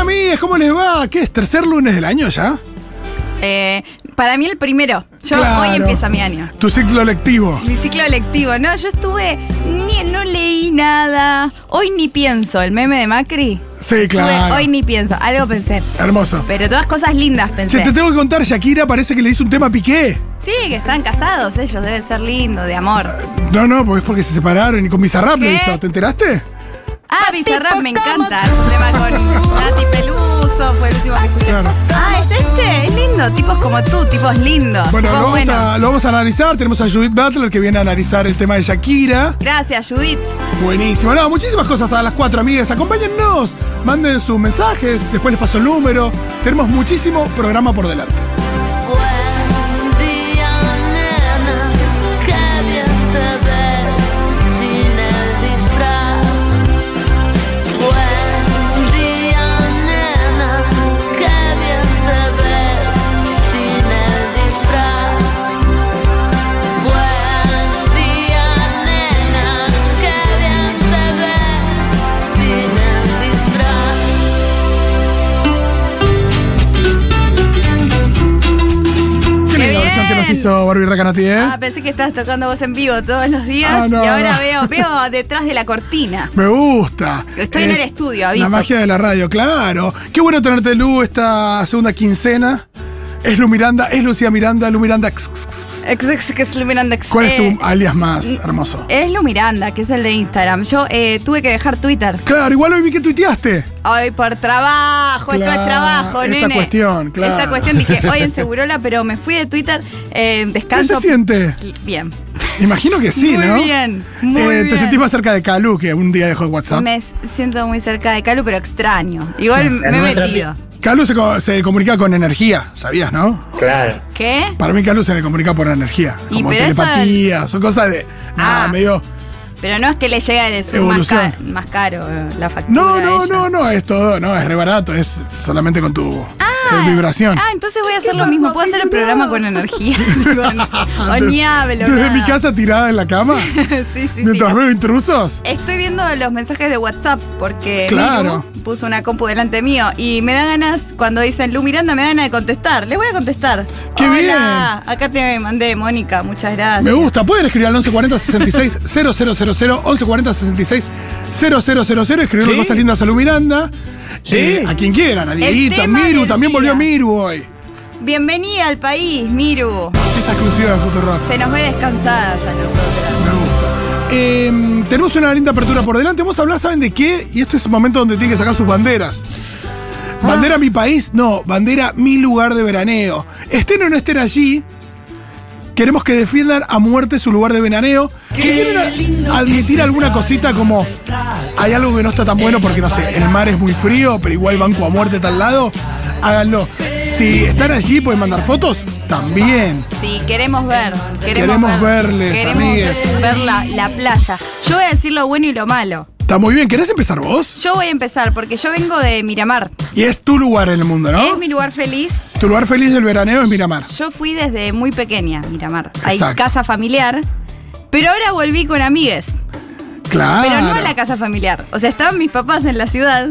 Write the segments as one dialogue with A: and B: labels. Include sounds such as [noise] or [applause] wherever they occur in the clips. A: amigues, ¿cómo les va? ¿Qué es? ¿Tercer lunes del año ya?
B: Eh, para mí el primero. Yo
A: Claro.
B: hoy empieza mi año.
A: Tu ciclo lectivo.
B: Mi ciclo lectivo. No, yo estuve. Ni, no leí nada. Hoy ni pienso. El meme de Macri.
A: Sí, claro.
B: Estuve, hoy ni pienso. Algo pensé.
A: Hermoso.
B: Pero todas cosas lindas
A: Che,
B: pensé.
A: te tengo que contar, Shakira parece que le hizo un tema a Piqué.
B: Sí, que están casados ellos. Debe ser lindo, de amor.
A: No, no, porque es porque se separaron y con Bizarrap le
B: ¿Qué?
A: hizo. ¿Te enteraste?
B: Ah, Bizarrap me encanta. El tema con Nati Peluso. Fue el último que escuché.
A: Claro.
B: Ah, es este. Es lindo. Tipos como tú. Tipos lindos.
A: Bueno,
B: tipos
A: lo vamos,
B: buenos.
A: a, lo vamos a analizar. Tenemos a Judith Butler que viene a analizar el tema de Shakira.
B: Gracias, Judith.
A: Buenísimo. No, muchísimas cosas hasta las 4, amigas. Acompáñennos. Manden sus mensajes. Después les paso el número. Tenemos muchísimo programa por delante.
C: Buen día, nena, qué bien te ves sin el disfraz. Buen día, nena, qué bien te ves sin el disfraz. Buen día, nena, qué bien te ves sin el disfraz.
A: Qué linda
B: bien!
A: versión que nos hizo Barbie Recanati, ¿eh?
B: Ah, pensé que estabas tocando vos en vivo todos los días
A: Ah, no,
B: y ahora
A: no.
B: veo, veo detrás de la cortina.
A: Me gusta.
B: Estoy en el estudio,
A: La
B: aviso.
A: magia de la radio, claro. Qué bueno tenerte, Lu, esta segunda quincena. Es Lu Miranda, es Lucía Miranda, Lu Miranda. x, x, x.
B: Ex, ex, que es Lu Miranda. ex,
A: ¿Cuál es
B: eh,
A: tu alias más hermoso?
B: Es Lu Miranda, que es el de Instagram. Yo eh, tuve que dejar Twitter.
A: Claro, igual hoy vi que tuiteaste.
B: Hoy por trabajo, esto
A: Claro,
B: es trabajo,
A: esta
B: nene.
A: cuestión, claro.
B: Esta
A: [laughs]
B: cuestión dije, hoy en Segurola, pero me fui de Twitter, eh,
A: ¿Qué
B: descanso.
A: se siente?
B: Bien.
A: Imagino que sí,
B: Muy
A: ¿no?
B: bien, muy
A: Eh, Te
B: bien.
A: sentís más cerca de Calu que un día dejó el WhatsApp.
B: Me siento muy cerca de Calu, pero extraño. Igual me he
D: nuestra
B: metido.
A: Calu se, co- se comunica con energía, ¿sabías, no?
D: Claro.
B: ¿Qué?
A: Para mí Calu se le comunica por energía.
B: Y
A: Como
B: pero
A: telepatía, son cosas de. Nada,
B: Ah.
A: medio.
B: Pero no es que le llega el sur más,
A: Evolución.
B: ca- más caro eh, la factura.
A: No,
B: a
A: no,
B: ella.
A: no, no, es todo, no, es re barato, es solamente con tu eh, vibración.
B: Ah, entonces voy a hacer lo mismo. Puedo hacer el programa con energía. Digo, o ni hablo.
A: Desde
B: nada.
A: mi casa tirada en la cama,
B: [laughs] sí, sí,
A: mientras
B: sí.
A: veo intrusos.
B: Estoy viendo los mensajes de WhatsApp porque
A: Claro.
B: Miru puso una compu delante mío y me da ganas, cuando dicen Lu Miranda, me da ganas de contestar. Les voy a contestar.
A: ¡Qué
B: Hola,
A: bien!
B: Acá te mandé, Mónica, muchas gracias.
A: Me gusta, pueden escribir al 1140 66 000, 1140 66 000, escribirle
D: Sí.
A: cosas lindas a Lu Miranda.
D: Sí.
A: Eh, a quien quieran, a Dieguito, a
B: tema
A: Miru,
B: del
A: también volvió
B: día.
A: Miru hoy.
B: Bienvenida al país, Miru.
A: Esta exclusiva de Futuro Rock.
B: Se nos ve descansadas a nosotras.
A: Me gusta. Eh, tenemos una linda apertura por delante. Vamos a hablar, ¿saben de qué? Y este es el momento donde tienen que sacar sus banderas. Bandera mi país, no, bandera mi lugar de veraneo. Estén o no estén allí, queremos que defiendan a muerte su lugar de veraneo. Si quieren a- admitir alguna cosita como hay algo que no está tan bueno porque no sé, el mar es muy frío, pero igual banco a muerte tal lado, háganlo. Si están allí, pueden mandar fotos, también.
B: Sí, queremos ver. Queremos,
A: Queremos
B: ver.
A: verles,
B: Queremos
A: amigues.
B: ver la, la playa. Yo voy a decir lo bueno y lo malo.
A: Está muy bien, ¿querés empezar vos?
B: Yo voy a empezar porque yo vengo de Miramar.
A: Y es tu lugar en el mundo, ¿no?
B: Es mi lugar feliz.
A: Tu lugar feliz del veraneo es Miramar.
B: Yo fui desde muy pequeña, a Miramar. Hay
A: Exacto.
B: casa familiar. Pero ahora volví con amigues.
A: Claro.
B: Pero no a la casa familiar. O sea, estaban mis papás en la ciudad.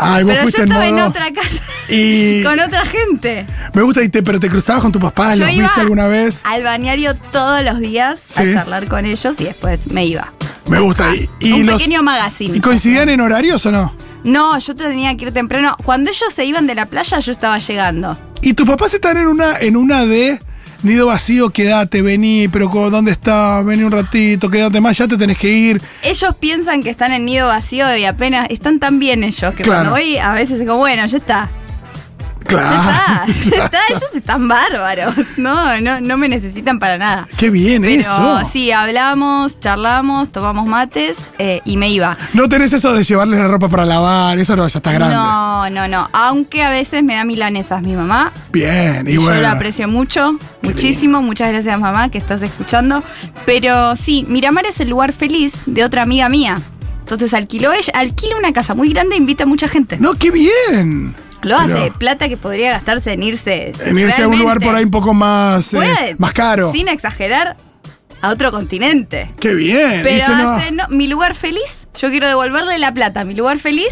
A: Ay, vos
B: Pero yo
A: fuiste en
B: estaba en
A: modo-
B: otra casa.
A: [laughs] Y
B: [laughs] Con otra gente.
A: me gusta, y te, pero te cruzabas con tus papás,
B: yo
A: ¿los viste alguna vez?
B: al balneario todos los días
A: Sí.
B: a charlar con ellos y después me iba.
A: Me gusta. Y, y
B: Un
A: los-
B: pequeño magazine.
A: ¿Y coincidían en horarios o no?
B: No, yo tenía que ir temprano. Cuando ellos se iban de la playa, yo estaba llegando.
A: Y tus papás están en una, en una de nido vacío, quédate, vení, pero co- ¿dónde está? Vení un ratito, quédate más, ya te tenés que ir.
B: Ellos piensan que están en nido vacío y apenas están tan bien ellos que
A: Claro.
B: cuando voy a veces digo, bueno, ya está. Ya
A: Claro.
B: está. Ya está. Ellos están bárbaros. No, no, no me necesitan para nada.
A: [laughs] Qué bien
B: Pero
A: eso.
B: sí, hablamos, charlamos, tomamos mates eh, y me iba.
A: No tenés eso de llevarles la ropa para lavar, eso no, ya está grande.
B: No, no, no. Aunque a veces me da milanesas mi mamá.
A: Bien, y,
B: Y
A: bueno.
B: Yo lo aprecio mucho, muchísimo. Muchas gracias, mamá, que estás escuchando. Pero sí, Miramar es el lugar feliz de otra amiga mía. Entonces alquiló ella, alquila una casa muy grande e invita a mucha gente.
A: No, qué bien.
B: Lo hace,
A: Pero-
B: plata que podría gastarse en irse.
A: En irse a un
B: realmente.
A: lugar por ahí un poco más, eh,
B: Puede,
A: más caro.
B: Sin exagerar, a otro continente.
A: Qué bien.
B: Pero
A: dice, no,
B: hace, no, mi lugar feliz, yo quiero devolverle la plata. Mi lugar feliz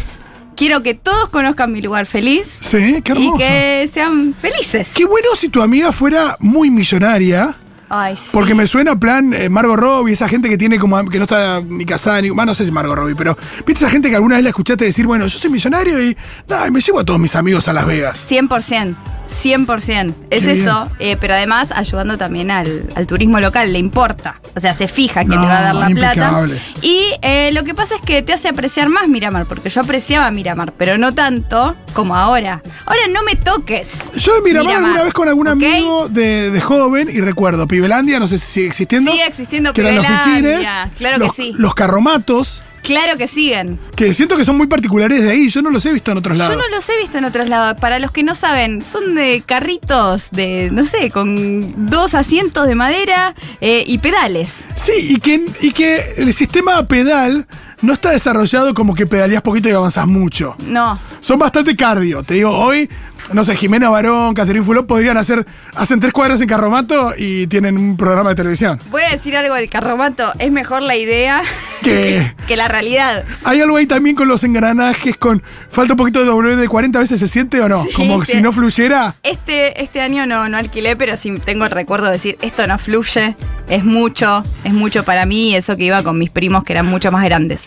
B: Quiero que todos conozcan mi lugar feliz
A: Sí, qué
B: y
A: hermoso.
B: que sean felices.
A: Qué bueno si tu amiga fuera muy millonaria.
B: Ay, sí.
A: Porque me suena plan eh, Margot Robbie, esa gente que tiene como que no está ni casada ni. Más no sé si Margot Robbie, pero viste esa gente que alguna vez la escuchaste decir, bueno, yo soy millonario y nada, me llevo a todos mis amigos a Las Vegas.
B: 100%. 100%. Es
A: Qué bien.
B: eso. eh, pero además ayudando también al, al turismo local. Le importa. O sea, se fija que
A: No,
B: le va a dar la
A: impecable.
B: plata. Y eh, lo que pasa es que te hace apreciar más Miramar. Porque yo apreciaba Miramar, pero no tanto como ahora. Ahora no me toques.
A: Yo de Miramar,
B: Miramar,
A: alguna vez con algún
B: ¿ok?
A: amigo de, de joven, y recuerdo, Pibelandia, no sé si sigue existiendo.
B: Sigue existiendo
A: que eran los
B: Pibelandia,
A: fichines,
B: claro que
A: los,
B: sí.
A: Los carromatos,
B: Claro que siguen.
A: que siento que son muy particulares de ahí, yo no los he visto en otros lados.
B: Yo no los he visto en otros lados. Para los que no saben, son de carritos de, no sé, con dos asientos de madera eh, y pedales.
A: Sí, y que, y que el sistema pedal no está desarrollado como que pedaleás poquito y avanzas mucho.
B: No.
A: Son bastante cardio. Te digo, hoy, no sé, Jimena Barón, Caterín Fuló podrían hacer, hacen tres cuadras en carromato y tienen un programa de televisión.
B: Voy a decir algo del carromato. Es mejor la idea
A: ¿Qué?
B: [laughs] que la realidad.
A: Hay algo ahí también con los engranajes, con falta un poquito de WD-40, a veces se siente o no,
B: Sí,
A: como
B: sí.
A: si no fluyera.
B: Este, este año no, no alquilé, pero sí tengo el recuerdo de decir, esto no fluye, es mucho, es mucho para mí, eso que iba con mis primos que eran mucho más grandes.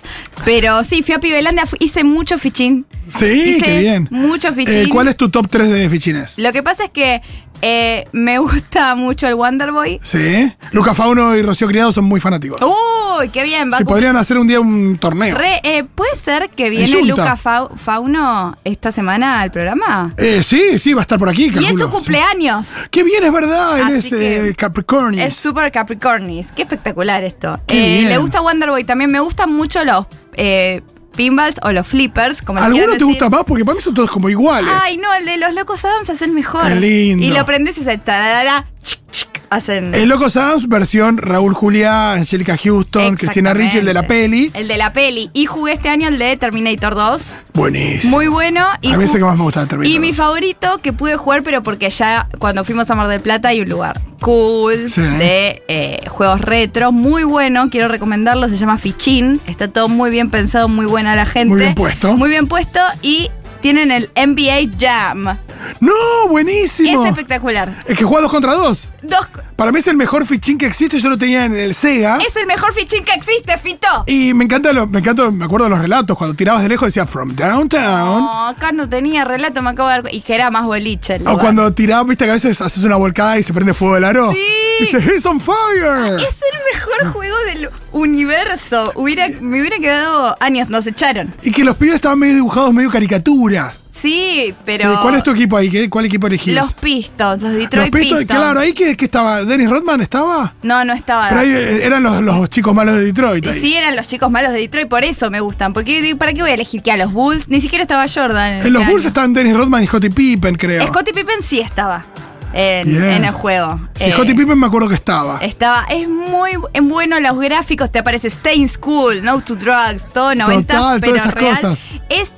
B: Pero sí, fui a Pibelandia, fu- hice mucho fichín.
A: Sí,
B: Hice
A: qué bien.
B: mucho fichín.
A: Eh, ¿Cuál es tu top 3 de fichines?
B: Lo que pasa es que eh, me gusta mucho el Wonderboy.
A: Sí. Luca Fauno y Rocío Criado son muy fanáticos.
B: ¡Uy, qué bien!
A: Sí,
B: Bacu!
A: podrían hacer un día un torneo.
B: Re, eh, ¿Puede ser que viene
A: Yunta.
B: Luca Fau- Fauno esta semana al programa?
A: Eh, sí, sí, va a estar por aquí.
B: Y es
A: calculo.
B: su cumpleaños.
A: Sí. Qué bien, es verdad, él
B: Así
A: es
B: que-
A: eh, Capricornio.
B: Es súper Capricornis. Qué espectacular esto. Eh,
A: Qué bien.
B: le gusta Wonderboy también. Me gustan mucho los eh, pinballs o los flippers. Como le
A: ¿Alguno te
B: quieran decir.
A: gusta más? Porque para mí son todos como iguales.
B: Ay, no, el de los locos Adams es el mejor.
A: Qué lindo.
B: Y lo prendes y se tarara, chic, chic, hacen.
A: El Loco Sams, versión Raúl Juliá, Angélica Houston, Cristina Ricci, el de la peli.
B: Exactamente. El de la peli. Y jugué este año el de Terminator 2.
A: Buenísimo.
B: Muy bueno. Y
A: A mí es el
B: ju-
A: que más me gusta de Terminator
B: Y mi
A: 2.
B: favorito que pude jugar, pero porque ya cuando fuimos a Mar del Plata hay un lugar cool
A: Sí.
B: de eh, juegos retro, muy bueno, quiero recomendarlo, se llama Fichín, está todo muy bien pensado, muy buena la gente.
A: Muy bien puesto.
B: Muy bien puesto y tienen el NBA Jam.
A: No, buenísimo.
B: Es
A: Es,
B: espectacular.
A: que juega dos contra dos.
B: Dos-
A: Para mí es el mejor fichín que existe, yo lo tenía en el Sega.
B: es el mejor fichín que existe, Fito.
A: Ah. Y me encanta, lo- me encanta, me acuerdo de los relatos, cuando tirabas de lejos decía From Downtown.
B: No, acá no tenía relato, me acabo de dar. Y que era más boliche. el
A: O
B: lugar.
A: cuando tirabas, viste que a veces haces una volcada y se prende fuego el aro.
B: Sí. Ah,
A: Dice, He's on fire.
B: Es el mejor juego del universo. Hubiera, me hubiera quedado años, nos echaron.
A: Y que los pibes estaban medio dibujados, medio caricatura.
B: Sí, pero.
A: Sí, ¿Cuál es tu equipo ahí? ¿Qué- ¿Cuál equipo elegís?
B: Los Pistons, los
A: Los
B: Detroit
A: Pistons,
B: Pistons.
A: Claro, ahí que, que estaba. ¿Dennis Rodman estaba?
B: No, no estaba.
A: Pero ahí eh, eran los, los chicos malos de Detroit.
B: Y
A: ahí.
B: sí, eran los chicos malos de Detroit, por eso me gustan. Porque digo, ¿para qué voy a elegir que a los Bulls? Ni siquiera estaba Jordan.
A: en los
B: ese
A: Bulls
B: año.
A: estaban Dennis Rodman y Scottie Pippen, creo.
B: Scottie Pippen sí estaba en,
A: Bien.
B: en el juego.
A: Sí,
B: Eh,
A: Scottie Pippen me acuerdo que estaba.
B: Estaba, es muy bu- en bueno los gráficos, te aparece Stay in School, No to Drugs, todo 90,
A: Total, todas
B: pero
A: esas
B: real.
A: cosas.
B: Es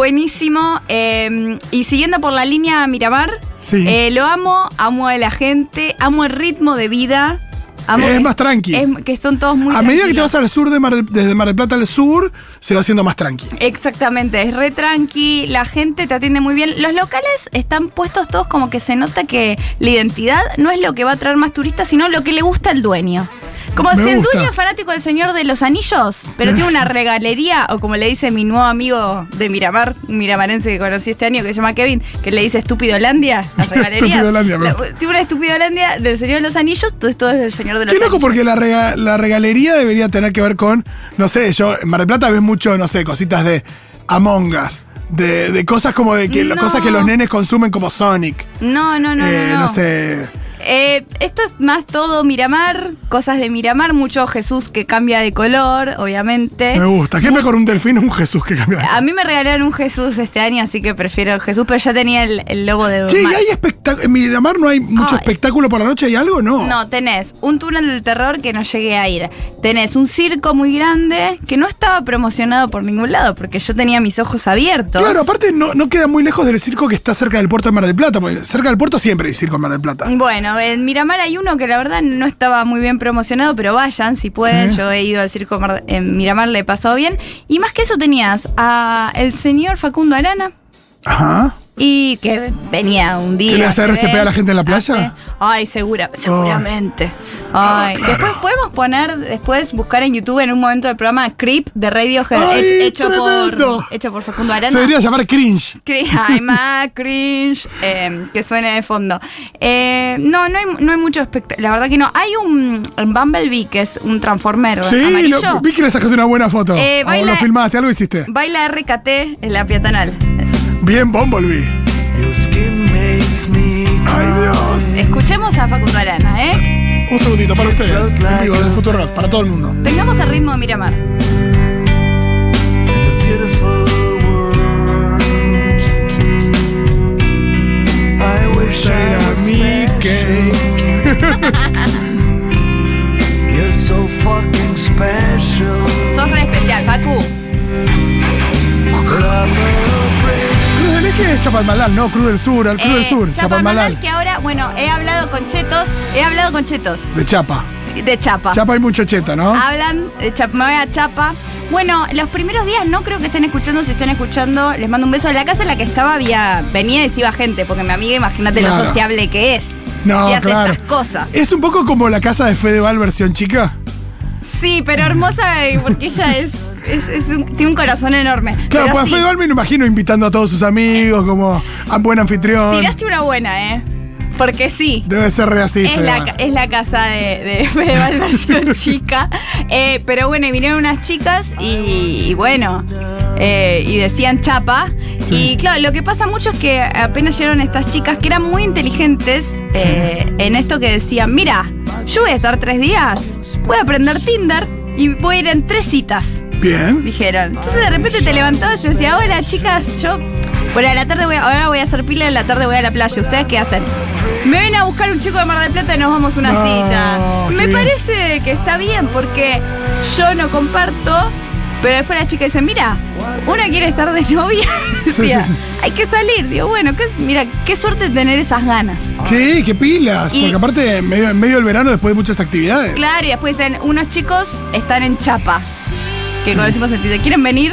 B: buenísimo. eh, y siguiendo por la línea Miramar,
A: Sí.
B: eh, lo amo, amo a la gente, amo el ritmo de vida. Amo
A: Es
B: que-
A: más tranqui.
B: es- que son todos muy
A: a medida que te
B: tranquilos.
A: vas al sur, de Mar del- desde Mar del Plata al sur, se va haciendo más tranqui.
B: Exactamente, es re tranqui, la gente te atiende muy bien. Los locales están puestos todos como que se nota que la identidad no es lo que va a traer más turistas, sino lo que le gusta al dueño. Como
A: Me
B: si el
A: gusta.
B: dueño es fanático del Señor de los Anillos, pero tiene una regalería, o como le dice mi nuevo amigo de Miramar, un miramarense que conocí este año, que se llama Kevin, que le dice Estúpido Landia,
A: [laughs]
B: la regalería.
A: Estupidolandia, me
B: La-
A: gusta.
B: Tiene una Estúpido Landia del Señor de los Anillos, todo esto es del Señor de los
A: Qué loco
B: Anillos.
A: porque la, rega- la regalería debería tener que ver con, no sé, yo en Mar del Plata ves mucho, no sé, cositas de Among Us, de, de cosas como de que,
B: No.
A: cosas que los nenes consumen como Sonic,
B: No, no, no, no,
A: eh,
B: no.
A: sé.
B: Eh, esto es más todo Miramar, cosas de Miramar, mucho Jesús que cambia de color, obviamente.
A: Me gusta. ¿Qué es mejor un delfín o un Jesús que cambia?
B: A mí me regalaron un Jesús este año, así que prefiero Jesús, pero ya tenía el, el logo de
A: Sí,
B: Mar.
A: hay espectáculo. En Miramar no hay mucho
B: Ay.
A: espectáculo por la noche, ¿hay algo? No.
B: No, tenés un túnel del terror que no llegué a ir. Tenés un circo muy grande que no estaba promocionado por ningún lado, porque yo tenía mis ojos abiertos.
A: Claro, aparte no, no queda muy lejos del circo que está cerca del puerto de Mar del Plata, porque cerca del puerto siempre hay circo en Mar del Plata.
B: Bueno, bueno, en Miramar hay uno que la verdad no estaba muy bien promocionado, pero vayan si pueden.
A: Sí.
B: Yo he ido al circo Mar- en Miramar, le he pasado bien. Y más que eso tenías a el señor Facundo Arana.
A: Ajá.
B: Y que venía un día.
A: ¿Que le hace
B: a
A: ver se pega a la gente en la playa?
B: hace- Ay, segura, seguramente. Ay, después podemos poner, después buscar en YouTube en un momento del programa Creep de Radiohead
A: Ay,
B: he- hecho,
A: tremendo.
B: por, hecho por Facundo Arana.
A: Se debería llamar cringe.
B: Cri- [laughs] Ay, ma, cringe, eh, que suene de fondo. Eh, no, no hay, no hay mucho espectáculo. La verdad que no. Hay un un Bumblebee que es un transformer
A: Sí,
B: amarillo.
A: lo- vi que le sacaste una buena foto.
B: Eh,
A: o
B: baila-
A: lo filmaste, algo hiciste.
B: Baila RKT en la peatonal.
A: Bien, Bumblebee.
D: Your skin makes me
A: Ay, Dios.
B: Escuchemos a Facundo Arana, ¿eh?
A: Un segundito para ustedes. En vivo, del futuro rock, para todo el mundo.
B: Tengamos el ritmo de Miramar.
D: in a beautiful world. I wish I
A: Say a
D: was
A: mí que-
D: special. [laughs] You're so fucking special,
B: Sos re especial, Facu.
D: but I'm not afraid.
A: Cruz del Eje es Chapalmalal, no, Cruz del Sur, al Cruz
B: Eh,
A: del Sur, Chapalmalal.
B: Chapalmalal, que ahora, bueno, he hablado con chetos, he hablado con chetos
A: De Chapa.
B: de Chapa.
A: Chapa hay mucho cheto, ¿no?
B: Hablan, de Chap- me voy a Chapa. Bueno, los primeros días no creo que estén escuchando, si están escuchando, les mando un beso. La casa en la que estaba había, venía y se iba gente, porque mi amiga, imagínate lo
A: Claro.
B: sociable que es.
A: No,
B: y hace
A: claro.
B: estas cosas.
A: Es un poco como la casa de Fedeval versión chica.
B: Sí, pero hermosa, eh, porque ella es, es- es un- tiene un corazón enorme.
A: Claro,
B: Pero
A: pues
B: sí,
A: a Fedeval me lo imagino invitando a todos sus amigos, como a buen anfitrión.
B: Tiraste una buena, ¿eh? Porque sí.
A: Debe ser re así,
B: Es la,
A: Fedeval.
B: ca- es la casa de, de [laughs] Fedeval versión chica. Eh, pero bueno, y vinieron unas chicas y, y bueno, eh, y decían chapa.
A: Sí.
B: Y claro, lo que pasa mucho es que apenas llegaron estas chicas que eran muy inteligentes eh, en esto que decían, mira, yo voy a estar tres días, voy a aprender Tinder y voy a ir en tres citas
A: Bien.
B: dijeron. Entonces de repente te levantabas y yo decía, hola chicas, yo bueno, a la tarde voy a, ahora voy a hacer pila, en la tarde voy a la playa. ¿Ustedes qué hacen? Me ven a buscar un chico de Mar del Plata y nos vamos a una
A: No,
B: cita.
A: qué
B: Me
A: bien.
B: parece que está bien porque yo no comparto, pero después las chicas dicen, mira, una quiere estar de novia. [laughs]
A: Sí,
B: Decía,
A: sí, sí.
B: Hay que salir. Digo, bueno, qué- mira, qué suerte tener esas ganas.
A: Sí, qué pilas.
B: Y-
A: Porque aparte, en medio, en medio del verano, después de muchas actividades.
B: Claro, y después dicen, unos chicos están en Chapa, que conocimos en Tinder. ¿Quieren venir?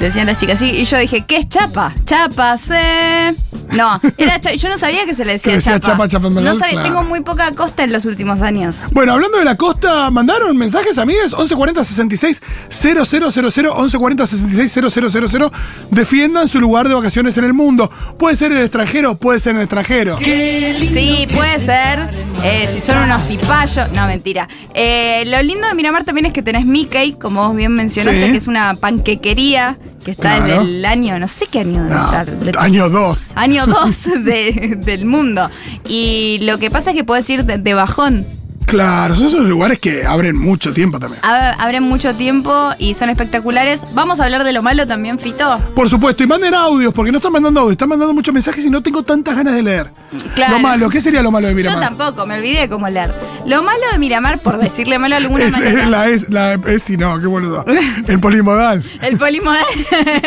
B: Decían las chicas, sí. Y yo dije, ¿qué es Chapa? Chapa, eh. No, era cha- yo no sabía que se le decía,
A: Que decía Chapa, Chapa,
B: no
A: Melón,
B: sabía,
A: claro.
B: Tengo muy poca costa en los últimos años.
A: Bueno, hablando de la costa, ¿mandaron mensajes, amigas? 1140 66 000 1140 66 000 Defiendan su lugar de vacaciones en el mundo. Puede ser en el extranjero, puede ser en el extranjero.
B: Sí, puede ser. Eh, si son unos cipayos. No, mentira. Eh, lo lindo de Miramar también es que tenés Mickey, como vos bien mencionaste,
A: Sí.
B: que es una panquequería que está
A: Claro.
B: desde el año, no sé qué año debe
A: No,
B: estar. De-
A: año 2. [laughs]
B: Año 2 de- del mundo. Y lo que pasa es que puedes ir de, de bajón.
A: Claro, esos son lugares que abren mucho tiempo también.
B: Ab- Abren mucho tiempo y son espectaculares. Vamos a hablar de lo malo también, Fito.
A: Por supuesto, y manden audios, porque no están mandando audios, están mandando muchos mensajes y no tengo tantas ganas de leer.
B: Claro.
A: Lo malo, ¿qué sería lo malo de
B: Yo
A: Miramar?
B: tampoco, me olvidé de cómo leer. Lo malo de Miramar, por decirle malo a
A: [laughs]
B: alguna
A: Es,
B: manera.
A: es la es, la es y no, qué
B: [laughs]
A: boludo. El polimodal.
B: El polimodal. [laughs]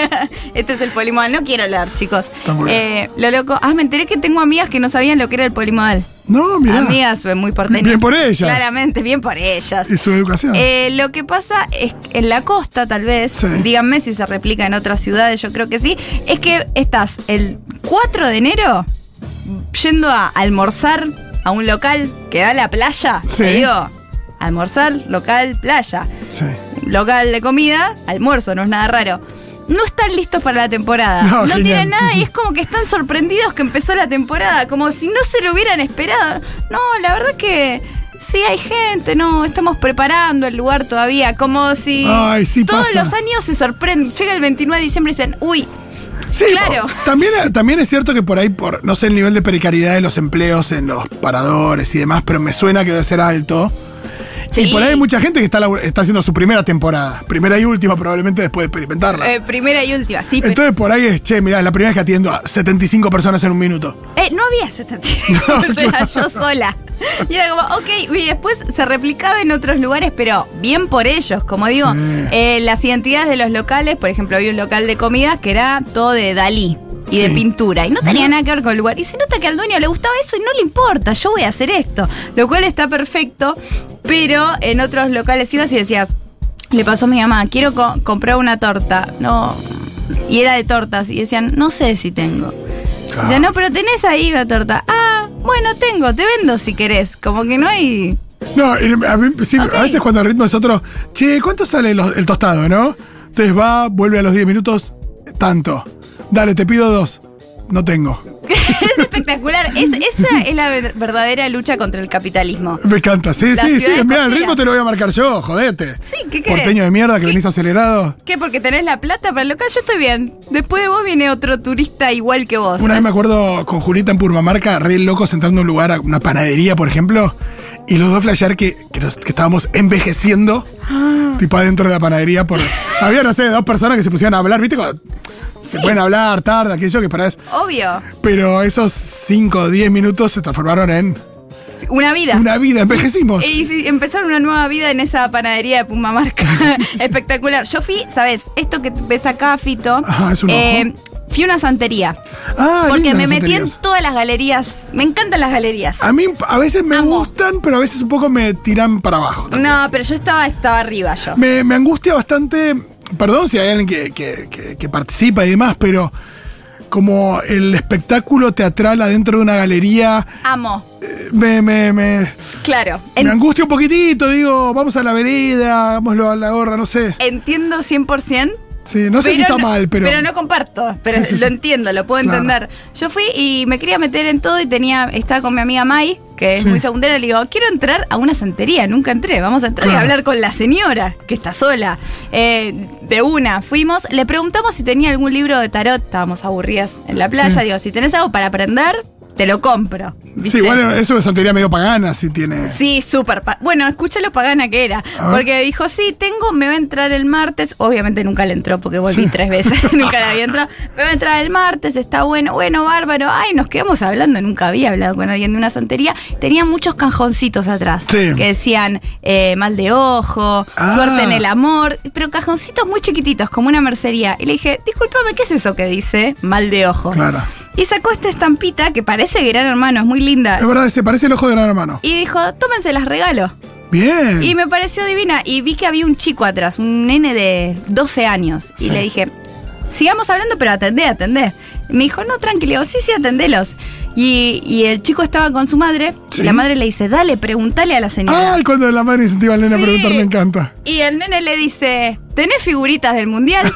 B: este es el polimodal. No quiero leer, chicos.
A: Está muy bien.
B: Eh, lo loco. Ah, me enteré que tengo amigas que no sabían lo que era el polimodal.
A: No, mirá.
B: Amigas eh, muy porteñas.
A: Bien por ellas.
B: Claramente, bien por ellas.
A: Y su educación.
B: Eh, lo que pasa es que en la costa, tal vez,
A: Sí.
B: díganme si se replica en otras ciudades, yo creo que sí, es que estás el 4 de enero yendo a almorzar a un local que da a la playa.
A: Sí.
B: Te digo, almorzar, local, playa.
A: sí.
B: Local de comida, almuerzo, no es nada raro. No están listos para la temporada.
A: No,
B: No,
A: genial,
B: tienen nada
A: sí, sí.
B: y es como que están sorprendidos que empezó la temporada, como si no se lo hubieran esperado. No, la verdad que sí hay gente, no, estamos preparando el lugar todavía, como si
A: Ay, sí
B: todos
A: pasa.
B: los años se sorprenden. Llega el 29 de diciembre y dicen, uy,
A: Sí,
B: Claro.
A: po- También, eh, también es cierto que por ahí, por no sé el nivel de precariedad de los empleos en los paradores y demás, pero me suena que debe ser alto. Y
B: Sí.
A: por ahí hay mucha gente que está, labu- está haciendo su primera temporada, primera y última probablemente después de experimentarla.
B: eh, primera y última, sí, pero...
A: Entonces por ahí es, che, mirá, es la primera vez que atiendo a 75 personas en un minuto.
B: Eh, no había esta
A: [laughs]
B: [laughs] era yo sola. Y era como, ok, y después se replicaba en otros lugares, pero bien por ellos, como digo,
A: Sí.
B: eh, las identidades de los locales, por ejemplo, había un local de comida que era todo de Dalí. y de
A: Sí.
B: pintura. Y no tenía nada que ver con el lugar. Y se nota que al dueño le gustaba eso y no le importa, yo voy a hacer esto. Lo cual está perfecto, pero en otros locales ibas y decías, le pasó a mi mamá, quiero co- comprar una torta. No. Y era de tortas. Y decían, no sé si tengo.
A: Claro.
B: Decían, no, pero tenés ahí la torta. Ah, bueno, tengo, te vendo si querés. Como que no hay.
A: No, y a, mí, sí,
B: Ok.
A: a veces cuando el ritmo es otro, che, ¿cuánto sale lo- el tostado, no? Entonces va, vuelve a los 10 minutos, tanto. Dale, te pido dos. No tengo.
B: es espectacular. Es- esa es la ver- verdadera lucha contra el capitalismo.
A: Me encanta. Sí,
B: La
A: sí, sí.
B: ciudad es
A: Mira, el
B: costera.
A: ritmo te lo voy a marcar yo, jodete.
B: Sí, ¿qué querés?
A: Porteño de mierda que
B: ¿Qué?
A: venís acelerado.
B: ¿Qué? Porque tenés la plata para el local. Yo estoy bien. Después de vos viene otro turista igual que vos.
A: Una vez me acuerdo con Julita en Purmamarca, re locos entrando a un lugar, a una panadería, por ejemplo, y los dos flashear que, que, nos- que estábamos envejeciendo,
B: Ah.
A: tipo adentro de la panadería,
B: [laughs]
A: por. Había, no sé, dos personas que se pusieron a hablar, ¿viste? Cuando Se pueden hablar, tarda, aquello que parás.
B: Obvio.
A: Pero esos 5 o 10 minutos se transformaron en
B: Una vida.
A: una vida, envejecimos.
B: Y sí, empezar una nueva vida en esa panadería
A: [laughs]
B: de Pumamarca. Espectacular. Yo fui, ¿sabes? Esto que ves acá, Fito. eh,
A: Ajá, Ah, es un
B: fui a una santería.
A: Ah,
B: porque
A: lindas
B: me
A: las
B: metí en
A: santerías.
B: todas las galerías. Me encantan las galerías.
A: A mí a veces me
B: Amo.
A: gustan, pero a veces un poco me tiran para abajo.
B: No, pero yo estaba, estaba arriba yo.
A: Me, me angustia bastante, perdón si hay alguien que, que- que- que participa y demás, pero como el espectáculo teatral adentro de una galería,
B: Amo.
A: eh, me, me, me-
B: Claro.
A: me
B: En-
A: angustia un poquitito, digo, vamos a la vereda, vámonos a la gorra, no sé.
B: entiendo 100%.
A: Sí, no sé si
B: Pero
A: está
B: no-
A: mal, pero...
B: no comparto, pero
A: Sí, sí, sí.
B: lo entiendo, lo puedo
A: Claro.
B: entender. Yo fui y me quería meter en todo y tenía estaba con mi amiga Mai, que es
A: Sí.
B: muy segundera, le digo, quiero entrar a una santería, nunca entré, vamos a entrar y
A: Claro.
B: hablar con la señora, que está sola. Eh, de una, fuimos, le preguntamos si tenía algún libro de tarot, estábamos aburridas en la playa,
A: Sí.
B: digo, si tenés algo para aprender, te lo compro.
A: sí,
B: ¿viste?
A: igual es una santería medio pagana, si tiene...
B: Sí, súper. pa- Bueno, escucha lo pagana que era.
A: A ver.
B: Porque dijo, sí, tengo, me va a entrar el martes. Obviamente nunca le entró porque volví
A: Sí.
B: tres veces. [laughs] nunca le
A: [laughs]
B: había entrado. Me va a entrar el martes, está bueno, bueno, bárbaro. Ay, nos quedamos hablando. Nunca había hablado con alguien de una santería. Tenía muchos cajoncitos atrás.
A: Sí.
B: Que decían eh, mal de ojo,
A: Ah.
B: suerte en el amor. Pero cajoncitos muy chiquititos, como una mercería. Y le dije, discúlpame, ¿qué es eso que dice mal de ojo?
A: Claro.
B: Y sacó esta estampita que parece gran hermano, es muy linda.
A: Es verdad, se parece el ojo de gran hermano.
B: Y dijo, tómense las regalo.
A: Bien.
B: Y me pareció divina. Y vi que había un chico atrás, un nene de 12 años.
A: Sí.
B: Y le dije, sigamos hablando, pero atendé, atendé. Y me dijo, no, tranquilo, sí, sí, atendelos. Y, y el chico estaba con su madre.
A: Sí.
B: Y la madre le dice, dale, pregúntale a la señora.
A: Ay, cuando la madre incentiva al nene
B: Sí.
A: a preguntar, me encanta. [laughs]
B: Y el nene le dice, ¿tenés figuritas del mundial?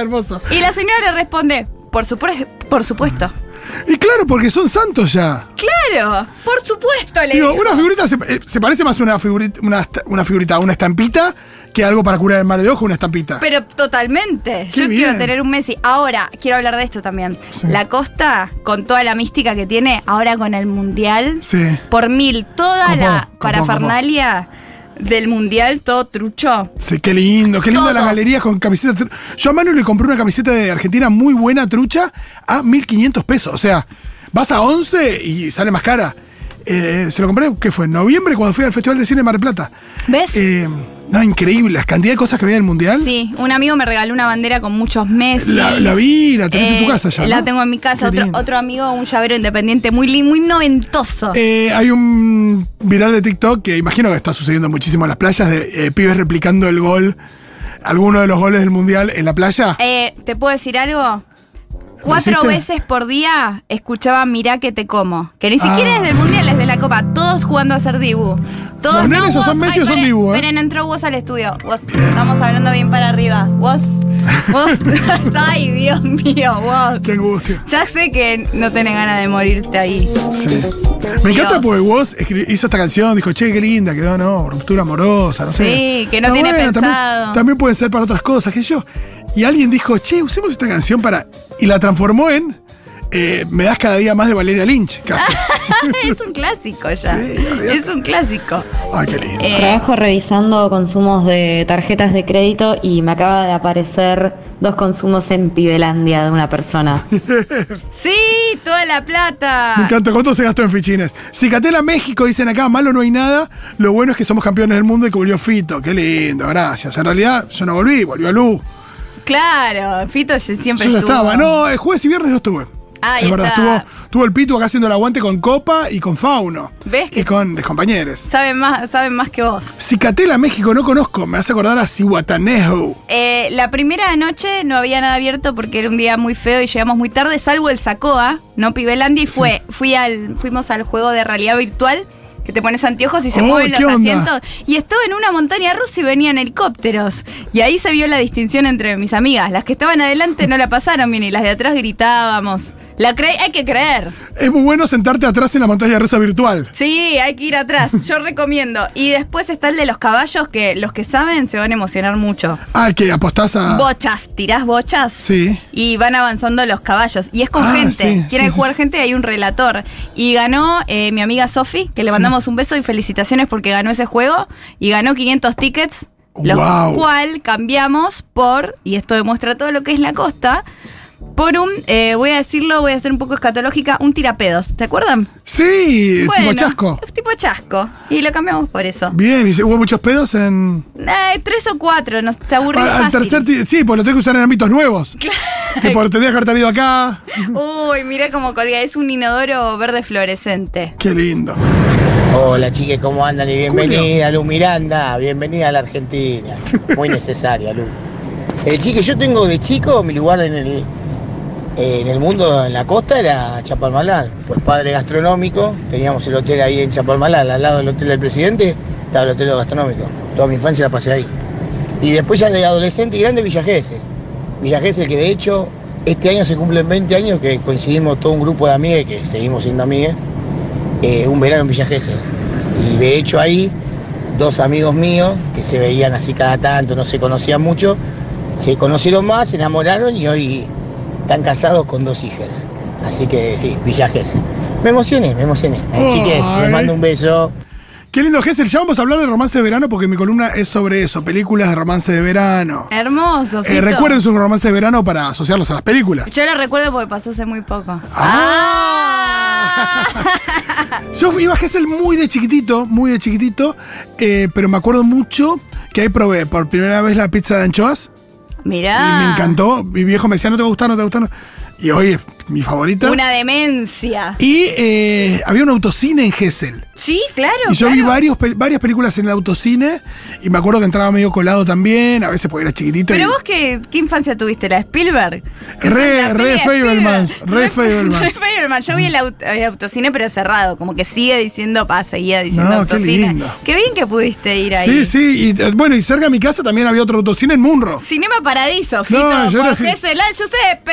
A: Hermoso.
B: y la señora le responde, por, supue- por supuesto.
A: Mm. Y claro, porque son santos ya.
B: Claro, por supuesto, le
A: Digo,
B: dijo.
A: una figurita se, eh, se parece más a una figurita, una, esta- una figurita, a una estampita, que algo para curar el mal de ojo, una estampita.
B: Pero totalmente.
A: Qué
B: Yo
A: bien.
B: quiero tener un Messi. Ahora, quiero hablar de esto también.
A: Sí.
B: La Costa, con toda la mística que tiene, ahora con el Mundial,
A: Sí.
B: por mil, toda
A: Copó,
B: la
A: copó,
B: parafernalia del Mundial, todo truchó.
A: Sí, qué lindo, qué lindo
B: Todo.
A: las galerías con camisetas. tru- Yo a Manu le compré una camiseta de Argentina muy buena, trucha, a 1.500 pesos. O sea, vas a 11 y sale más cara. Eh, se lo compré, ¿qué fue? En noviembre, cuando fui al Festival de Cine de Mar del Plata.
B: ¿Ves?
A: Eh, no, increíble, la cantidad de cosas que había en el Mundial.
B: Sí, un amigo me regaló una bandera con muchos meses.
A: La- la vi, la tenés en tu casa ya,
B: Eh, La
A: ¿no?
B: tengo en mi casa.
A: Qué
B: Otro,
A: lindo.
B: otro amigo, un llavero independiente muy lindo, muy noventoso.
A: Eh, hay un viral de TikTok que imagino que está sucediendo muchísimo en las playas, de eh, pibes replicando el gol, alguno de los goles del mundial en la playa.
B: Eh, ¿Te puedo decir algo? Cuatro
A: hiciste?
B: veces por día escuchaba Mirá que te como. Que ni
A: Ah,
B: siquiera es del
A: sí,
B: mundial, es de la copa. Todos jugando a hacer Dibu. Todos
A: Los nenes o son Messi o son
B: paren,
A: Dibu, ¿eh?
B: Esperen, entró Woz al estudio. Woz, estamos hablando bien para arriba. Woz,
A: [laughs]
B: Woz. [laughs] Ay, Dios mío, Woz.
A: Qué angustia.
B: Ya sé que no tenés ganas de morirte ahí.
A: [laughs] Sí. Me encanta
B: Dios.
A: porque Woz escri- hizo esta canción, dijo, che, qué linda, quedó, no, ruptura amorosa, no sé.
B: Sí, que no
A: Está
B: tiene
A: también-
B: pensado.
A: También, puede ser para otras cosas, qué sé yo. Y alguien dijo, che, usemos esta canción para... Y la transformó en... eh, me das cada día más de Valeria Lynch,
B: [laughs]
A: casi.
B: es un clásico ya.
A: Sí, olvídate.
B: es un clásico.
A: Ay, qué lindo.
B: Eh,
E: Trabajo revisando consumos de tarjetas de crédito y me acaba de aparecer dos consumos en Pibelandia de una persona.
B: sí, toda la plata.
A: Me encanta, ¿cuánto se gastó en fichines? Cicatela México, dicen acá, malo no hay nada. Lo bueno es que somos campeones del mundo y que volvió Fito. Qué lindo, gracias. En realidad, yo no volví, volvió Lu.
B: Claro, Fito siempre
A: Yo ya
B: estuvo.
A: estaba. No, el jueves y viernes no estuve.
B: Ah,
A: es
B: ahí
A: verdad,
B: está.
A: estuvo, estuvo el Pitu acá haciendo el aguante con Copa y con Fauno.
B: ¿Ves
A: Y
B: que-
A: con los compañeros.
B: Saben más, saben más que vos.
A: Cicatela, México, no conozco. Me hace acordar a Cihuatanejo.
B: Eh, la primera noche no había nada abierto porque era un día muy feo y llegamos muy tarde, salvo el Sacoa, no Pibelandia, y fue, fui al, fuimos al juego de realidad virtual, que te pones anteojos y se
A: Oh,
B: mueven los
A: ¿qué onda?
B: asientos. Y estaba en una montaña rusa y venían helicópteros. Y ahí se vio la distinción entre mis amigas. Las que estaban adelante no la pasaron bien y las de atrás gritábamos. La cre hay que creer.
A: Es muy bueno sentarte atrás en la montaña rusa virtual.
B: Sí, hay que ir atrás. Yo recomiendo. Y después está el de los caballos, que los que saben se van a emocionar mucho.
A: Ah, que apostás a.
B: Bochas, tirás bochas.
A: Sí.
B: Y van avanzando los caballos. Y es con
A: Ah,
B: gente.
A: sí,
B: Quieren
A: sí, sí,
B: jugar
A: sí.
B: gente y hay un relator. Y ganó eh, mi amiga Sofi, que le mandamos un beso y felicitaciones porque ganó ese juego. Y ganó 500 tickets. Lo
A: Guau.
B: cual cambiamos por, y esto demuestra todo lo que es la costa, por un, eh, voy a decirlo, voy a ser un poco escatológica, un tirapedos. ¿Te acuerdan?
A: Sí, tipo
B: Bueno,
A: chasco.
B: es Tipo chasco. Y lo cambiamos por eso.
A: Bien, y se- hubo muchos pedos en.
B: Eh, tres o cuatro, nos te aburrí
A: Al- al
B: fácil.
A: tercer. ti- Sí, pues lo tengo que usar en ámbitos
B: [laughs]
A: nuevos. Que por tendrías que haber traído acá.
B: Uy, mira cómo colga. Es un inodoro verde fluorescente.
A: Qué lindo.
F: Hola chiques, ¿cómo andan? Y bienvenida, Lu Miranda, bienvenida a la Argentina. Muy necesaria, Lu. Eh, chiques, yo tengo de chico mi lugar en el, eh, en el mundo, en la costa, era Chapalmalal. Pues padre gastronómico, teníamos el hotel ahí en Chapalmalal, al lado del hotel del presidente, estaba el hotel gastronómico. Toda mi infancia la pasé ahí. Y después ya de adolescente y grande, Villa Gesell. Villa Gesell, que de hecho este año se cumplen 20 años que coincidimos todo un grupo de amigas, que seguimos siendo amigas eh, un verano en Villa Gesell. Y de hecho ahí, dos amigos míos, que se veían así cada tanto, no se conocían mucho, se conocieron más, se enamoraron y hoy están casados con dos hijas. Así que sí, Villa Gesell. Me emocioné, me emocioné.
A: Ay.
F: Chiques, les mando un beso.
A: Qué lindo, Gessel. Ya vamos a hablar de romance de verano porque mi columna es sobre eso, películas de romance de verano.
B: Hermoso.
A: Eh,
B: Fito.
A: recuerden su romance de verano para asociarlos a las películas.
B: Yo lo recuerdo porque pasó hace muy poco.
A: Ah.
B: Ah.
A: Yo iba a Gessel muy de chiquitito, muy de chiquitito, eh, pero me acuerdo mucho que ahí probé por primera vez la pizza de anchoas
B: Mirá.
A: y me encantó. Mi viejo me decía, no te gusta, no te gusta. no". Y hoy es mi favorita.
B: Una demencia.
A: Y eh, había un autocine en Gessel.
B: Sí, claro.
A: Y yo
B: claro.
A: vi varios, pe- varias películas en el autocine y me acuerdo que entraba medio colado también, a veces porque era chiquitito. y-
B: Pero vos, qué, ¿qué infancia tuviste? ¿La de Spielberg? Que
A: Re-
B: son las
A: re
B: pelis de
A: Fablemans,
B: Spielberg.
A: re Fablemans.
B: [laughs] Re Fablemans. Yo vi el, aut- el autocine, pero cerrado. Como que sigue diciendo pa, seguía diciendo
A: No, qué
B: autocine.
A: lindo.
B: Qué bien que pudiste ir ahí.
A: Sí, sí, y eh, bueno, y cerca de mi casa también había otro autocine en Munro.
B: Cinema Paradiso, Fito.
A: No, yo
B: por
A: era así.
B: Gessel. Ah, Giuseppe,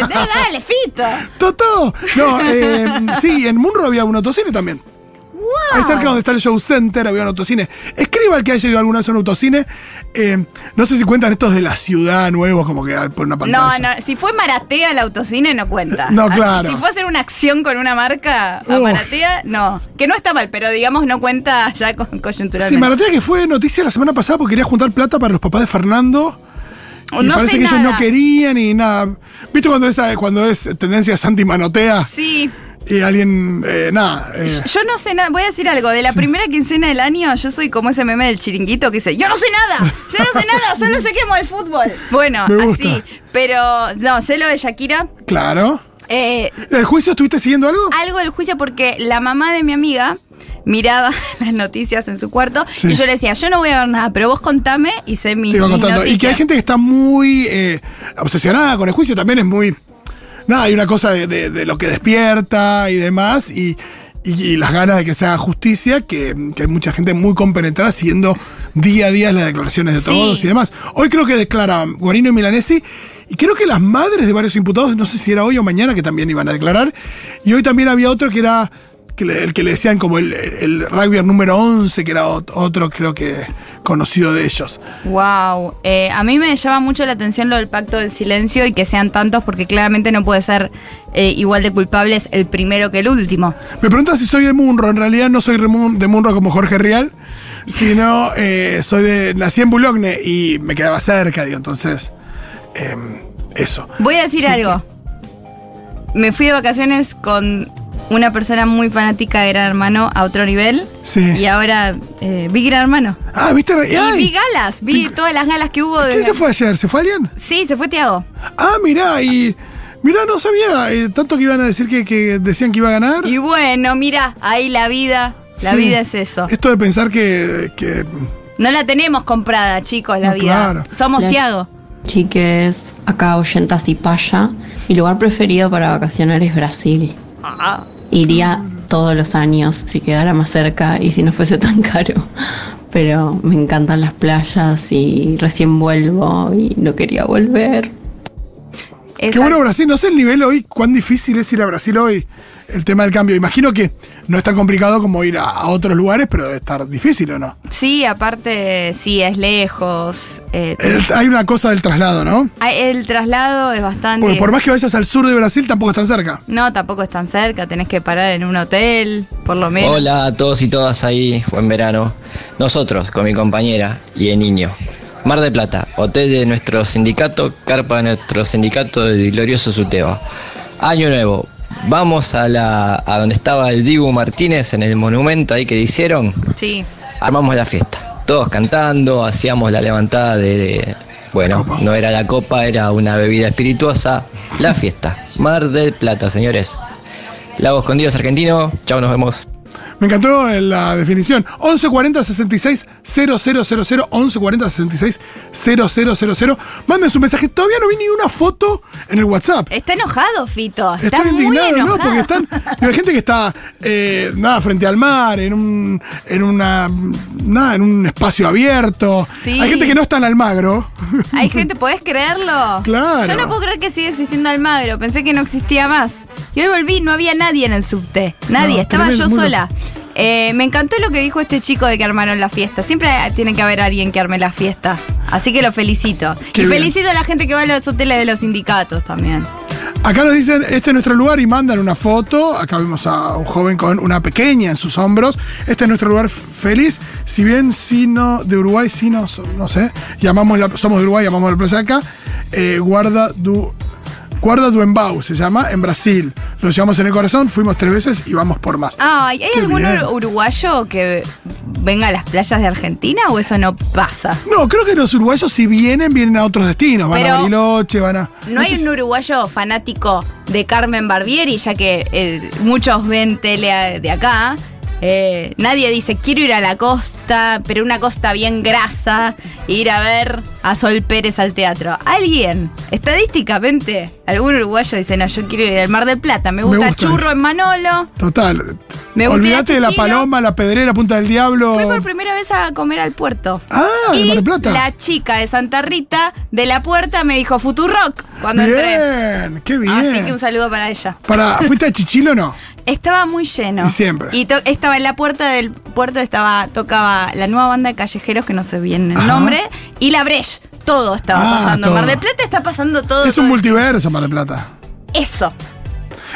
A: [laughs]
B: Dale, dale, Fito.
A: ¡Toto! No, eh, sí, en Munro había un autocine también. Ahí cerca donde está el show center había un autocine. Escriba el que haya ido alguna vez a un autocine. Eh, no sé si cuentan estos de la ciudad nuevos, como que ah, por una
B: No,
A: pantalla.
B: no, si fue Maratea el autocine no cuenta.
A: No,
B: Así,
A: claro.
B: si fue hacer una acción con una marca a
A: Uf.
B: Maratea, no. Que no está mal, pero digamos no cuenta ya con, coyunturalmente.
A: Sí, Maratea que fue noticia la semana pasada porque quería juntar plata para los papás de Fernando.
B: Oh,
A: y
B: no
A: parece
B: sé
A: que ellos no
B: nada.
A: querían y nada. ¿Viste cuando es, cuando es tendencia Santi Manotea
B: Sí,
A: y alguien, eh, nada? eh,
B: yo no sé nada, voy a decir algo, de la primera quincena del año yo soy como ese meme del chiringuito que dice, yo no sé nada, yo no sé nada, solo sé que amo el fútbol. Bueno,
A: [laughs] Me gusta.
B: así, pero no, sé lo de Shakira.
A: claro.
B: Eh,
A: ¿El juicio estuviste siguiendo algo?
B: algo el juicio porque la mamá de mi amiga miraba [laughs] las noticias en su cuarto
A: Sí.
B: y yo le decía, yo no voy a ver nada, pero vos contame y sé mi
A: Te iba contando. Y que hay gente que está muy eh, obsesionada con el juicio, también es muy. Nada, hay una cosa de, de- de lo que despierta y demás, y, y- y las ganas de que se haga justicia, que, que hay mucha gente muy compenetrada siguiendo día a día las declaraciones de todos y demás. Hoy creo que declara Guarino y Milanesi, y creo que las madres de varios imputados, no sé si era hoy o mañana, que también iban a declarar, y hoy también había otro que era. que le- El que le decían como el, el rugby número 11, que era ot- otro, creo que conocido de ellos.
B: Wow, eh, a mí me llama mucho la atención lo del pacto del silencio y que sean tantos porque claramente no puede ser eh, igual de culpables el primero que el último.
A: Me preguntas si soy de Munro. En realidad no soy de Mun- de Munro como Jorge Rial, sino eh, soy de. Nací en Boulogne y me quedaba cerca, digo. Entonces, em, eso.
B: Voy a decir algo. Me fui de vacaciones con una persona muy fanática de Gran Hermano a otro nivel.
A: Sí.
B: Y ahora eh, vi Gran Hermano.
A: Ah, ¿viste?
B: Y vi
A: Ay,
B: galas, vi todas las galas que hubo.
A: ¿Quién
B: desde-
A: se fue ayer? ¿Se fue alguien?
B: Sí, se fue Tiago.
A: Ah, mirá, y. Mirá, no sabía eh, tanto que iban a decir que, que decían que iba a ganar.
B: Y bueno, mira, ahí la vida. La
A: Sí.
B: vida es eso.
A: Esto de pensar que. que-
B: No la tenemos comprada, chicos, la
A: No,
B: vida.
A: claro.
B: Somos
G: La-
B: Tiago.
G: Chiques, acá oyentas y paya. Mi lugar preferido para vacacionar es Brasil. Iría todos los años si quedara más cerca y si no fuese [laughs] tan caro. Pero me encantan las playas y recién vuelvo y no quería volver.
A: Qué bueno Brasil, no sé el nivel hoy, cuán difícil es ir a Brasil hoy, el tema del cambio. Imagino que no es tan complicado como ir a, a otros lugares, pero debe estar difícil o no.
B: Sí, aparte, sí, es lejos. eh,
A: El- hay una cosa del traslado, ¿no?
B: hay- el, traslado es bastante.
A: Porque por más que vayas al sur de Brasil, tampoco están cerca.
B: No, tampoco es tan cerca, tenés que parar en un hotel, por lo menos.
H: Hola a todos y todas ahí, buen verano. Nosotros, con mi compañera y el niño. Mar de Plata, hotel de nuestro sindicato, carpa de nuestro sindicato de glorioso Suteba. Año nuevo, vamos a la a donde estaba el Dibu Martínez en el monumento ahí que le hicieron.
B: Sí.
H: Armamos la fiesta, todos cantando, hacíamos la levantada de, de- bueno, no era la copa, era una bebida espirituosa, la fiesta. Mar del Plata, señores. Lago Escondidos Argentino, chao, nos vemos.
A: Me encantó eh, la definición. 1140 66 000 1140 66 000 Manden su mensaje. Todavía no vi ni una foto en el WhatsApp.
B: Está enojado, Fito. Está
A: Estoy
B: muy
A: indignado,
B: enojado.
A: ¿no? Porque están. Hay gente que está eh, nada frente al mar, en un. en una. nada, en un espacio abierto.
B: Sí.
A: Hay gente que no está en Almagro.
B: Hay gente, ¿podés creerlo?
A: Claro.
B: Yo no puedo creer que sigue existiendo Almagro. Pensé que no existía más. Y hoy volví, no había nadie en el subte. Nadie.
A: No,
B: Estaba
A: tremendo,
B: yo
A: muy
B: sola. Eh, me encantó lo que dijo este chico de que armaron la fiesta. Siempre tiene que haber alguien que arme la fiesta. Así que lo felicito.
A: Qué
B: y
A: bien.
B: felicito a la gente que va a los hoteles de los sindicatos también.
A: Acá nos dicen, este es nuestro lugar y mandan una foto. Acá vemos a un joven con una pequeña en sus hombros. Este es nuestro lugar f- feliz. Si bien sino de Uruguay, sino, so- no sé, llamamos la- somos de Uruguay, llamamos la plaza acá. Eh, guarda du, guarda do Embau, se llama, en Brasil. Lo llevamos en el corazón, fuimos tres veces y vamos por más.
B: Ay, ¿hay
A: Qué
B: algún
A: bien.
B: uruguayo que venga a las playas de Argentina o eso no pasa?
A: No, creo que los uruguayos si vienen, vienen a otros destinos. Van
B: Pero-
A: a Bariloche, van a...
B: No
A: sé
B: hay
A: si-
B: un uruguayo fanático de Carmen Barbieri, ya que eh, muchos ven tele eh, de acá. Eh, nadie dice, quiero ir a la costa, pero una costa bien grasa, e ir a ver a Sol Pérez al teatro. Alguien, estadísticamente, algún uruguayo dice, no, yo quiero ir al Mar del Plata, me gusta,
A: gusta
B: churro
A: eso.
B: en Manolo.
A: Total.
B: Me gusta ir a
A: Olvídate de la
B: Chichilo.
A: paloma, la pedrera, punta del diablo.
B: Fui por primera vez a comer al puerto.
A: Oh. Ah, de
B: y
A: Mar del Plata.
B: la chica de Santa Rita de la puerta me dijo Futurock cuando entré.
A: Bien, qué bien.
B: Así que un saludo para ella.
A: Para, ¿fuiste a Chichilo o no?
B: Estaba muy lleno.
A: Y siempre.
B: Y to- estaba en la puerta del puerto, estaba, tocaba la nueva banda de callejeros, que no sé bien el
A: Ajá.
B: nombre, y la Breche. Todo estaba
A: Ah,
B: pasando.
A: todo.
B: Mar del Plata está pasando [laughs] todo.
A: Es un
B: todo.
A: multiverso, Mar del Plata.
B: Eso.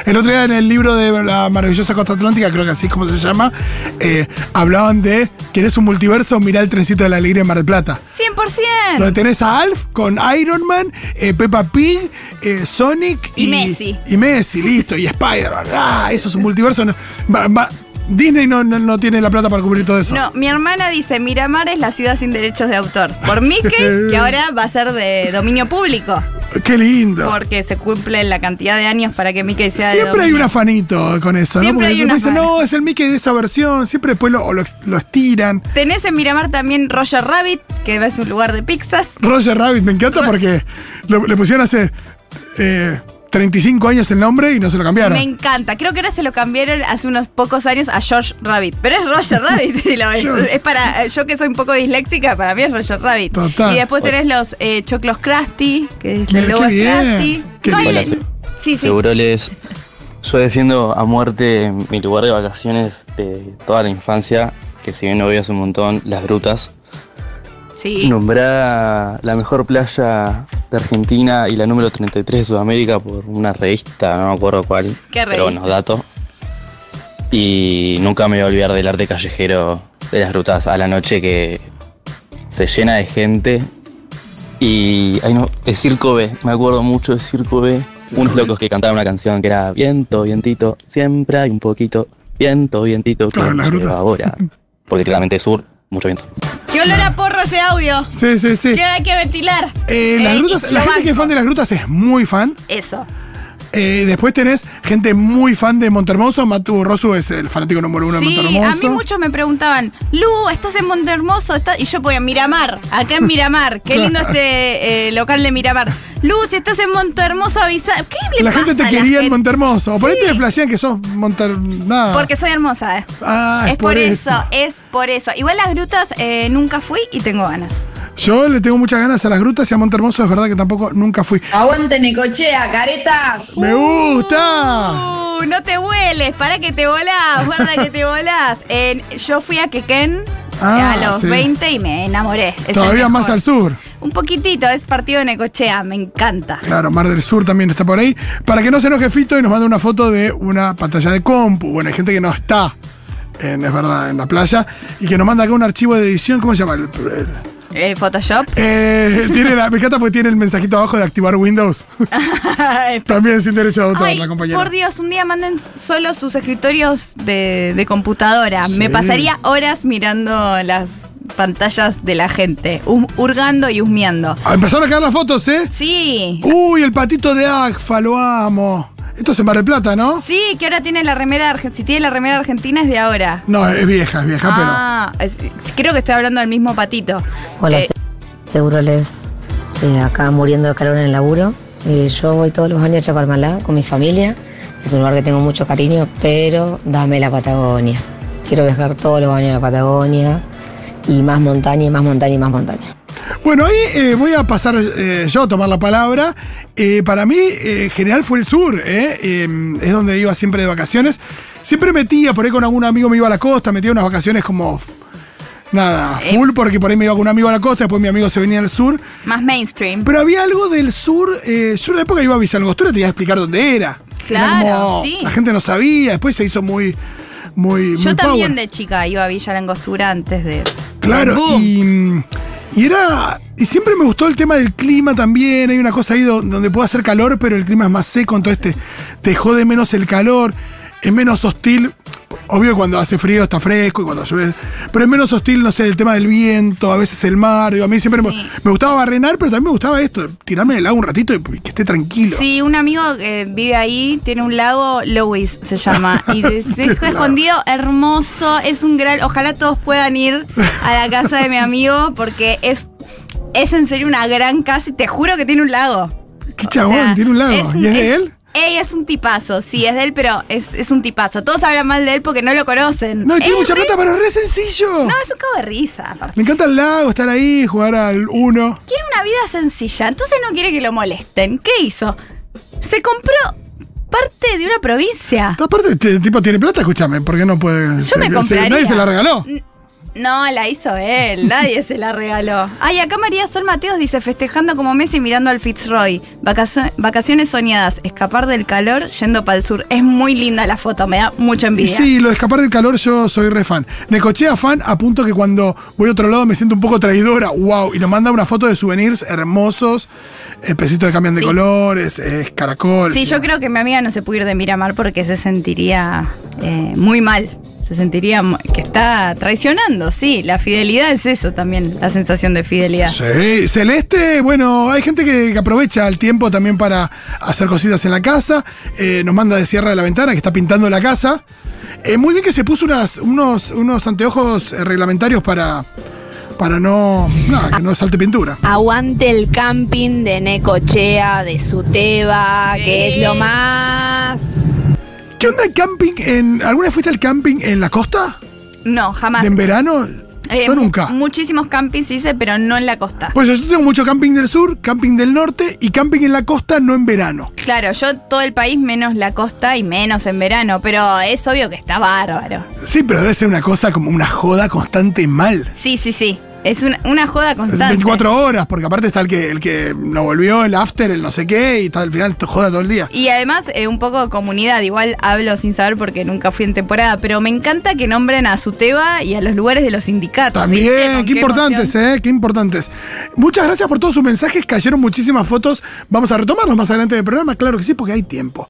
A: El otro día en el libro de la maravillosa Costa Atlántica, creo que así es como se llama, eh, hablaban de que eres un multiverso, mirá el trencito de la alegría en Mar del Plata.
B: 100%.
A: Donde tenés a Alf con Iron Man, eh, Peppa Pig, eh, Sonic
B: Y Messi.
A: Y Messi, listo, y Spider-Man. Ah, eso es un multiverso. No- va- va- Disney no, no- no tiene la plata para cubrir todo eso.
B: No, mi hermana dice, Miramar es la ciudad sin derechos de autor. Por Mickey, que ahora va a ser de dominio público,
A: Qué lindo.
B: porque se cumple la cantidad de años para que Mickey sea de
A: Siempre hay
B: dominio.
A: un afanito con eso,
B: Siempre
A: ¿no? Porque
B: hay un
A: después dicen,
B: afán.
A: no, es el Mickey de esa versión. Siempre después lo, o lo, lo estiran.
B: Tenés en Miramar también Roger Rabbit, que es un lugar de pizzas.
A: Roger Rabbit, me encanta porque lo- le pusieron hace eh, 35 años el nombre y no se lo cambiaron.
B: Me encanta. Creo que ahora se lo cambiaron hace unos pocos años a George Rabbit. Pero es Roger Rabbit. [laughs] si lo ves.
A: George.
B: Es para. eh, Yo que soy un poco disléxica, para mí es Roger Rabbit.
A: Total.
B: Y después tenés los eh, choclos Krusty, que es
A: Mira,
B: el lobo
A: qué
B: es
A: bien.
B: Krusty.
A: Qué
B: hay-
A: lindo.
B: sí, sí.
I: Seguroles, yo defiendo a muerte mi lugar de vacaciones de toda la infancia, que si bien no veo hace un montón, las grutas.
B: Sí.
I: Nombrada la mejor playa de Argentina y la número 33 de Sudamérica por una revista, no me acuerdo cuál,
B: ¿Qué
I: pero bueno,
B: revista?
I: dato. Y nunca me voy a olvidar del arte callejero de las grutas a la noche que se llena de gente. Y ay no, el Circo B, me acuerdo mucho de Circo B. unos locos que cantaban una canción que era viento, vientito, siempre hay un poquito, viento, vientito, que
A: Claro, la
I: nos
A: gruta.
I: lleva ahora. Porque claramente sur, mucho viento.
B: ¡Qué olor a porro ese audio!
A: Sí, sí, sí.
B: ¡Que hay que ventilar!
A: Eh, las
B: Eh,
A: grutas,
B: y
A: la
B: lo
A: gente que es
B: banco.
A: fan de las grutas es muy fan.
B: Eso.
A: Eh, después tenés gente muy fan de Montermoso. Matu Borroso es el fanático número uno de
B: Sí, a
A: Montermoso.
B: mí muchos me preguntaban, Lu, ¿estás en Montehermoso? ¿Estás-?" Y yo ponía Miramar, acá en Miramar. Qué lindo este eh, local de Miramar. Lu, si estás en Montehermoso, avisa. ¿Qué le
A: La
B: pasa
A: gente
B: a
A: te
B: la
A: quería en
B: gente?
A: Montermoso. O por ahí te flashean que sos Monter. Nada.
B: Porque soy hermosa, eh.
A: Ah,
B: es por eso. es por eso. Igual las grutas eh, nunca fui y tengo ganas.
A: Yo le tengo muchas ganas a las grutas y a Montermoso. Es verdad que tampoco nunca fui.
E: Aguante Necochea, caretas.
A: ¡Me gusta!
B: Uh, no te hueles, para que te volás, guarda que te volás. En- yo fui a Quequén
A: Ah,
B: a los
A: sí.
B: 20 y me enamoré. Es el
A: Todavía
B: mejor.
A: más al sur.
B: Un poquitito, es partido de Necochea, me encanta.
A: Claro, Mar del Sur también está por ahí. Para que no se enoje Fito y nos mande una foto de una pantalla de compu. Bueno, hay gente que no está, en, es verdad, en la playa. Y que nos manda acá un archivo de edición. ¿Cómo se llama? El- el-
B: Eh, Photoshop. [laughs]
A: eh, [laughs] tiene la, me encanta porque tiene el mensajito abajo de activar Windows. [laughs] también sin derecho de autor,
B: Ay,
A: la compañera.
B: por Dios, un día manden solo sus escritorios de, de computadora.
A: Sí.
B: Me pasaría horas mirando las pantallas de la gente, hum- hurgando y husmeando.
A: Ah, Empezaron a caer las fotos, ¿eh?
B: Sí.
A: Uy, el patito de ACFA, lo amo. Esto es en Mar del Plata, ¿no?
B: Sí, que ahora tiene la remera de Argen- Si tiene la remera argentina es de ahora.
A: No, es vieja, es vieja,
B: Ah, es- creo que estoy hablando del mismo patito.
E: [laughs] Hola,
B: Eh,
E: se- seguro les eh, acá muriendo de calor en el laburo. Eh, yo voy todos los años a Chaparmalá con mi familia. Es un lugar que tengo mucho cariño, pero dame la Patagonia. Quiero viajar todos los años a la Patagonia y más montaña y más montaña y más montaña.
A: pero. Bueno, ahí eh, voy a pasar eh, yo a tomar la palabra. Eh, para mí, eh, en general fue el sur, ¿eh? Eh, es donde iba siempre de vacaciones. Siempre metía, por ahí con algún amigo me iba a la costa, metía unas vacaciones como. f- Nada, full, porque por ahí me iba con un amigo a la costa, después mi amigo se venía al sur.
B: Más mainstream.
A: Pero había algo del sur. eh, yo en la época iba a Villalgostura, tenía que explicar dónde era.
B: Claro,
A: Era como-
B: sí.
A: La gente no sabía, después se hizo muy. Muy,
B: Yo
A: muy
B: también
A: power.
B: de chica iba a Villa Langostura antes de.
A: Claro,
B: Boom.
A: y, mm, y era. Y siempre me gustó el tema del clima también. Hay una cosa ahí do- donde puede hacer calor, pero el clima es más seco, entonces te, te jode menos el calor, es menos hostil. Obvio, cuando hace frío está fresco y cuando llueve. Pero es menos hostil, no sé, el tema del viento, a veces el mar. Digo, a mí siempre me-
B: Sí.
A: me, gustaba barrenar, pero también me gustaba esto, tirarme en el lago un ratito y que esté tranquilo.
B: Sí, un amigo que vive ahí, tiene un lago, Louis
A: [laughs]
B: se llama, y de- se
A: Qué
B: está escondido, hermoso, es un gran, ojalá todos puedan ir a la casa de mi amigo porque es, es en serio una gran casa y te juro que tiene un lago.
A: Qué
B: O
A: chabón,
B: sea,
A: tiene un lago. ¿Y es de él?
B: Ey, es un tipazo, sí, es de él, pero es, es un tipazo. Todos hablan mal de él porque no lo conocen.
A: No, y tiene
B: Es
A: mucha
B: re-
A: plata, pero es re sencillo.
B: No, es un cago de risa, aparte.
A: Me encanta el lago, estar ahí, jugar al uno.
B: Quiere una vida sencilla, entonces no quiere que lo molesten. ¿Qué hizo? Se compró parte de una provincia.
A: Aparte, este tipo tiene plata, escúchame, ¿por qué no puede?
B: Yo me
A: se-
B: compraría.
A: Nadie se la regaló.
B: N- No, la hizo él, nadie se la regaló. Ay, acá María Sol Mateos dice, festejando como Messi mirando al Fitzroy. Vacacio- vacaciones soñadas, escapar del calor yendo para el sur. Es muy linda la foto, me da
A: Y
B: mucha envidia.
A: sí, lo de escapar del calor, yo soy re fan. Necochea fan, a punto que cuando voy a otro lado me siento un poco traidora. ¡Wow! Y nos manda una foto de souvenirs hermosos, eh, pesitos que cambian de colores, eh, caracoles.
B: Sí,
A: y
B: yo
A: demás.
B: creo que mi amiga no se pudo ir de Miramar porque se sentiría eh, muy mal. Se sentiría mu- que está traicionando, sí. La fidelidad es eso también, la sensación de fidelidad.
A: Sí, Celeste, bueno, hay gente que, que aprovecha el tiempo también para hacer cositas en la casa. Eh, nos manda de Sierra de la Ventana, que está pintando la casa. Eh, muy bien que se puso unas, unos, unos anteojos eh, reglamentarios para, para no, nada, que no salte pintura.
J: Aguante el camping de Necochea, de Suteba, que es lo más.
A: ¿Qué onda el camping en. ¿Alguna vez fuiste al camping en la costa?
B: No, jamás.
A: ¿De en verano?
B: Eh,
A: yo
B: mu-
A: nunca.
B: Muchísimos campings hice, pero no en la costa.
A: Pues yo tengo mucho camping del sur, camping del norte y camping en la costa no en verano.
B: Claro, yo todo el país menos la costa y menos en verano, pero es obvio que está bárbaro.
A: Sí, pero debe ser una cosa como una joda constante mal.
B: Sí, sí, sí. Es una, una joda
A: Es
B: constante.
A: 24 horas, porque aparte está el que, el que no volvió, el after, el no sé qué, y está al final to- joda todo el día.
B: Y además, eh, un poco comunidad. Igual hablo sin saber porque nunca fui en temporada, pero me encanta que nombren a Suteba y a los lugares de los sindicatos. ¿viste?
A: También,
B: Con
A: qué importantes,
B: emoción.
A: ¿eh? Qué importantes. Muchas gracias por todos sus mensajes, cayeron muchísimas fotos. Vamos a retomarlos más adelante del programa, claro que sí, porque hay tiempo.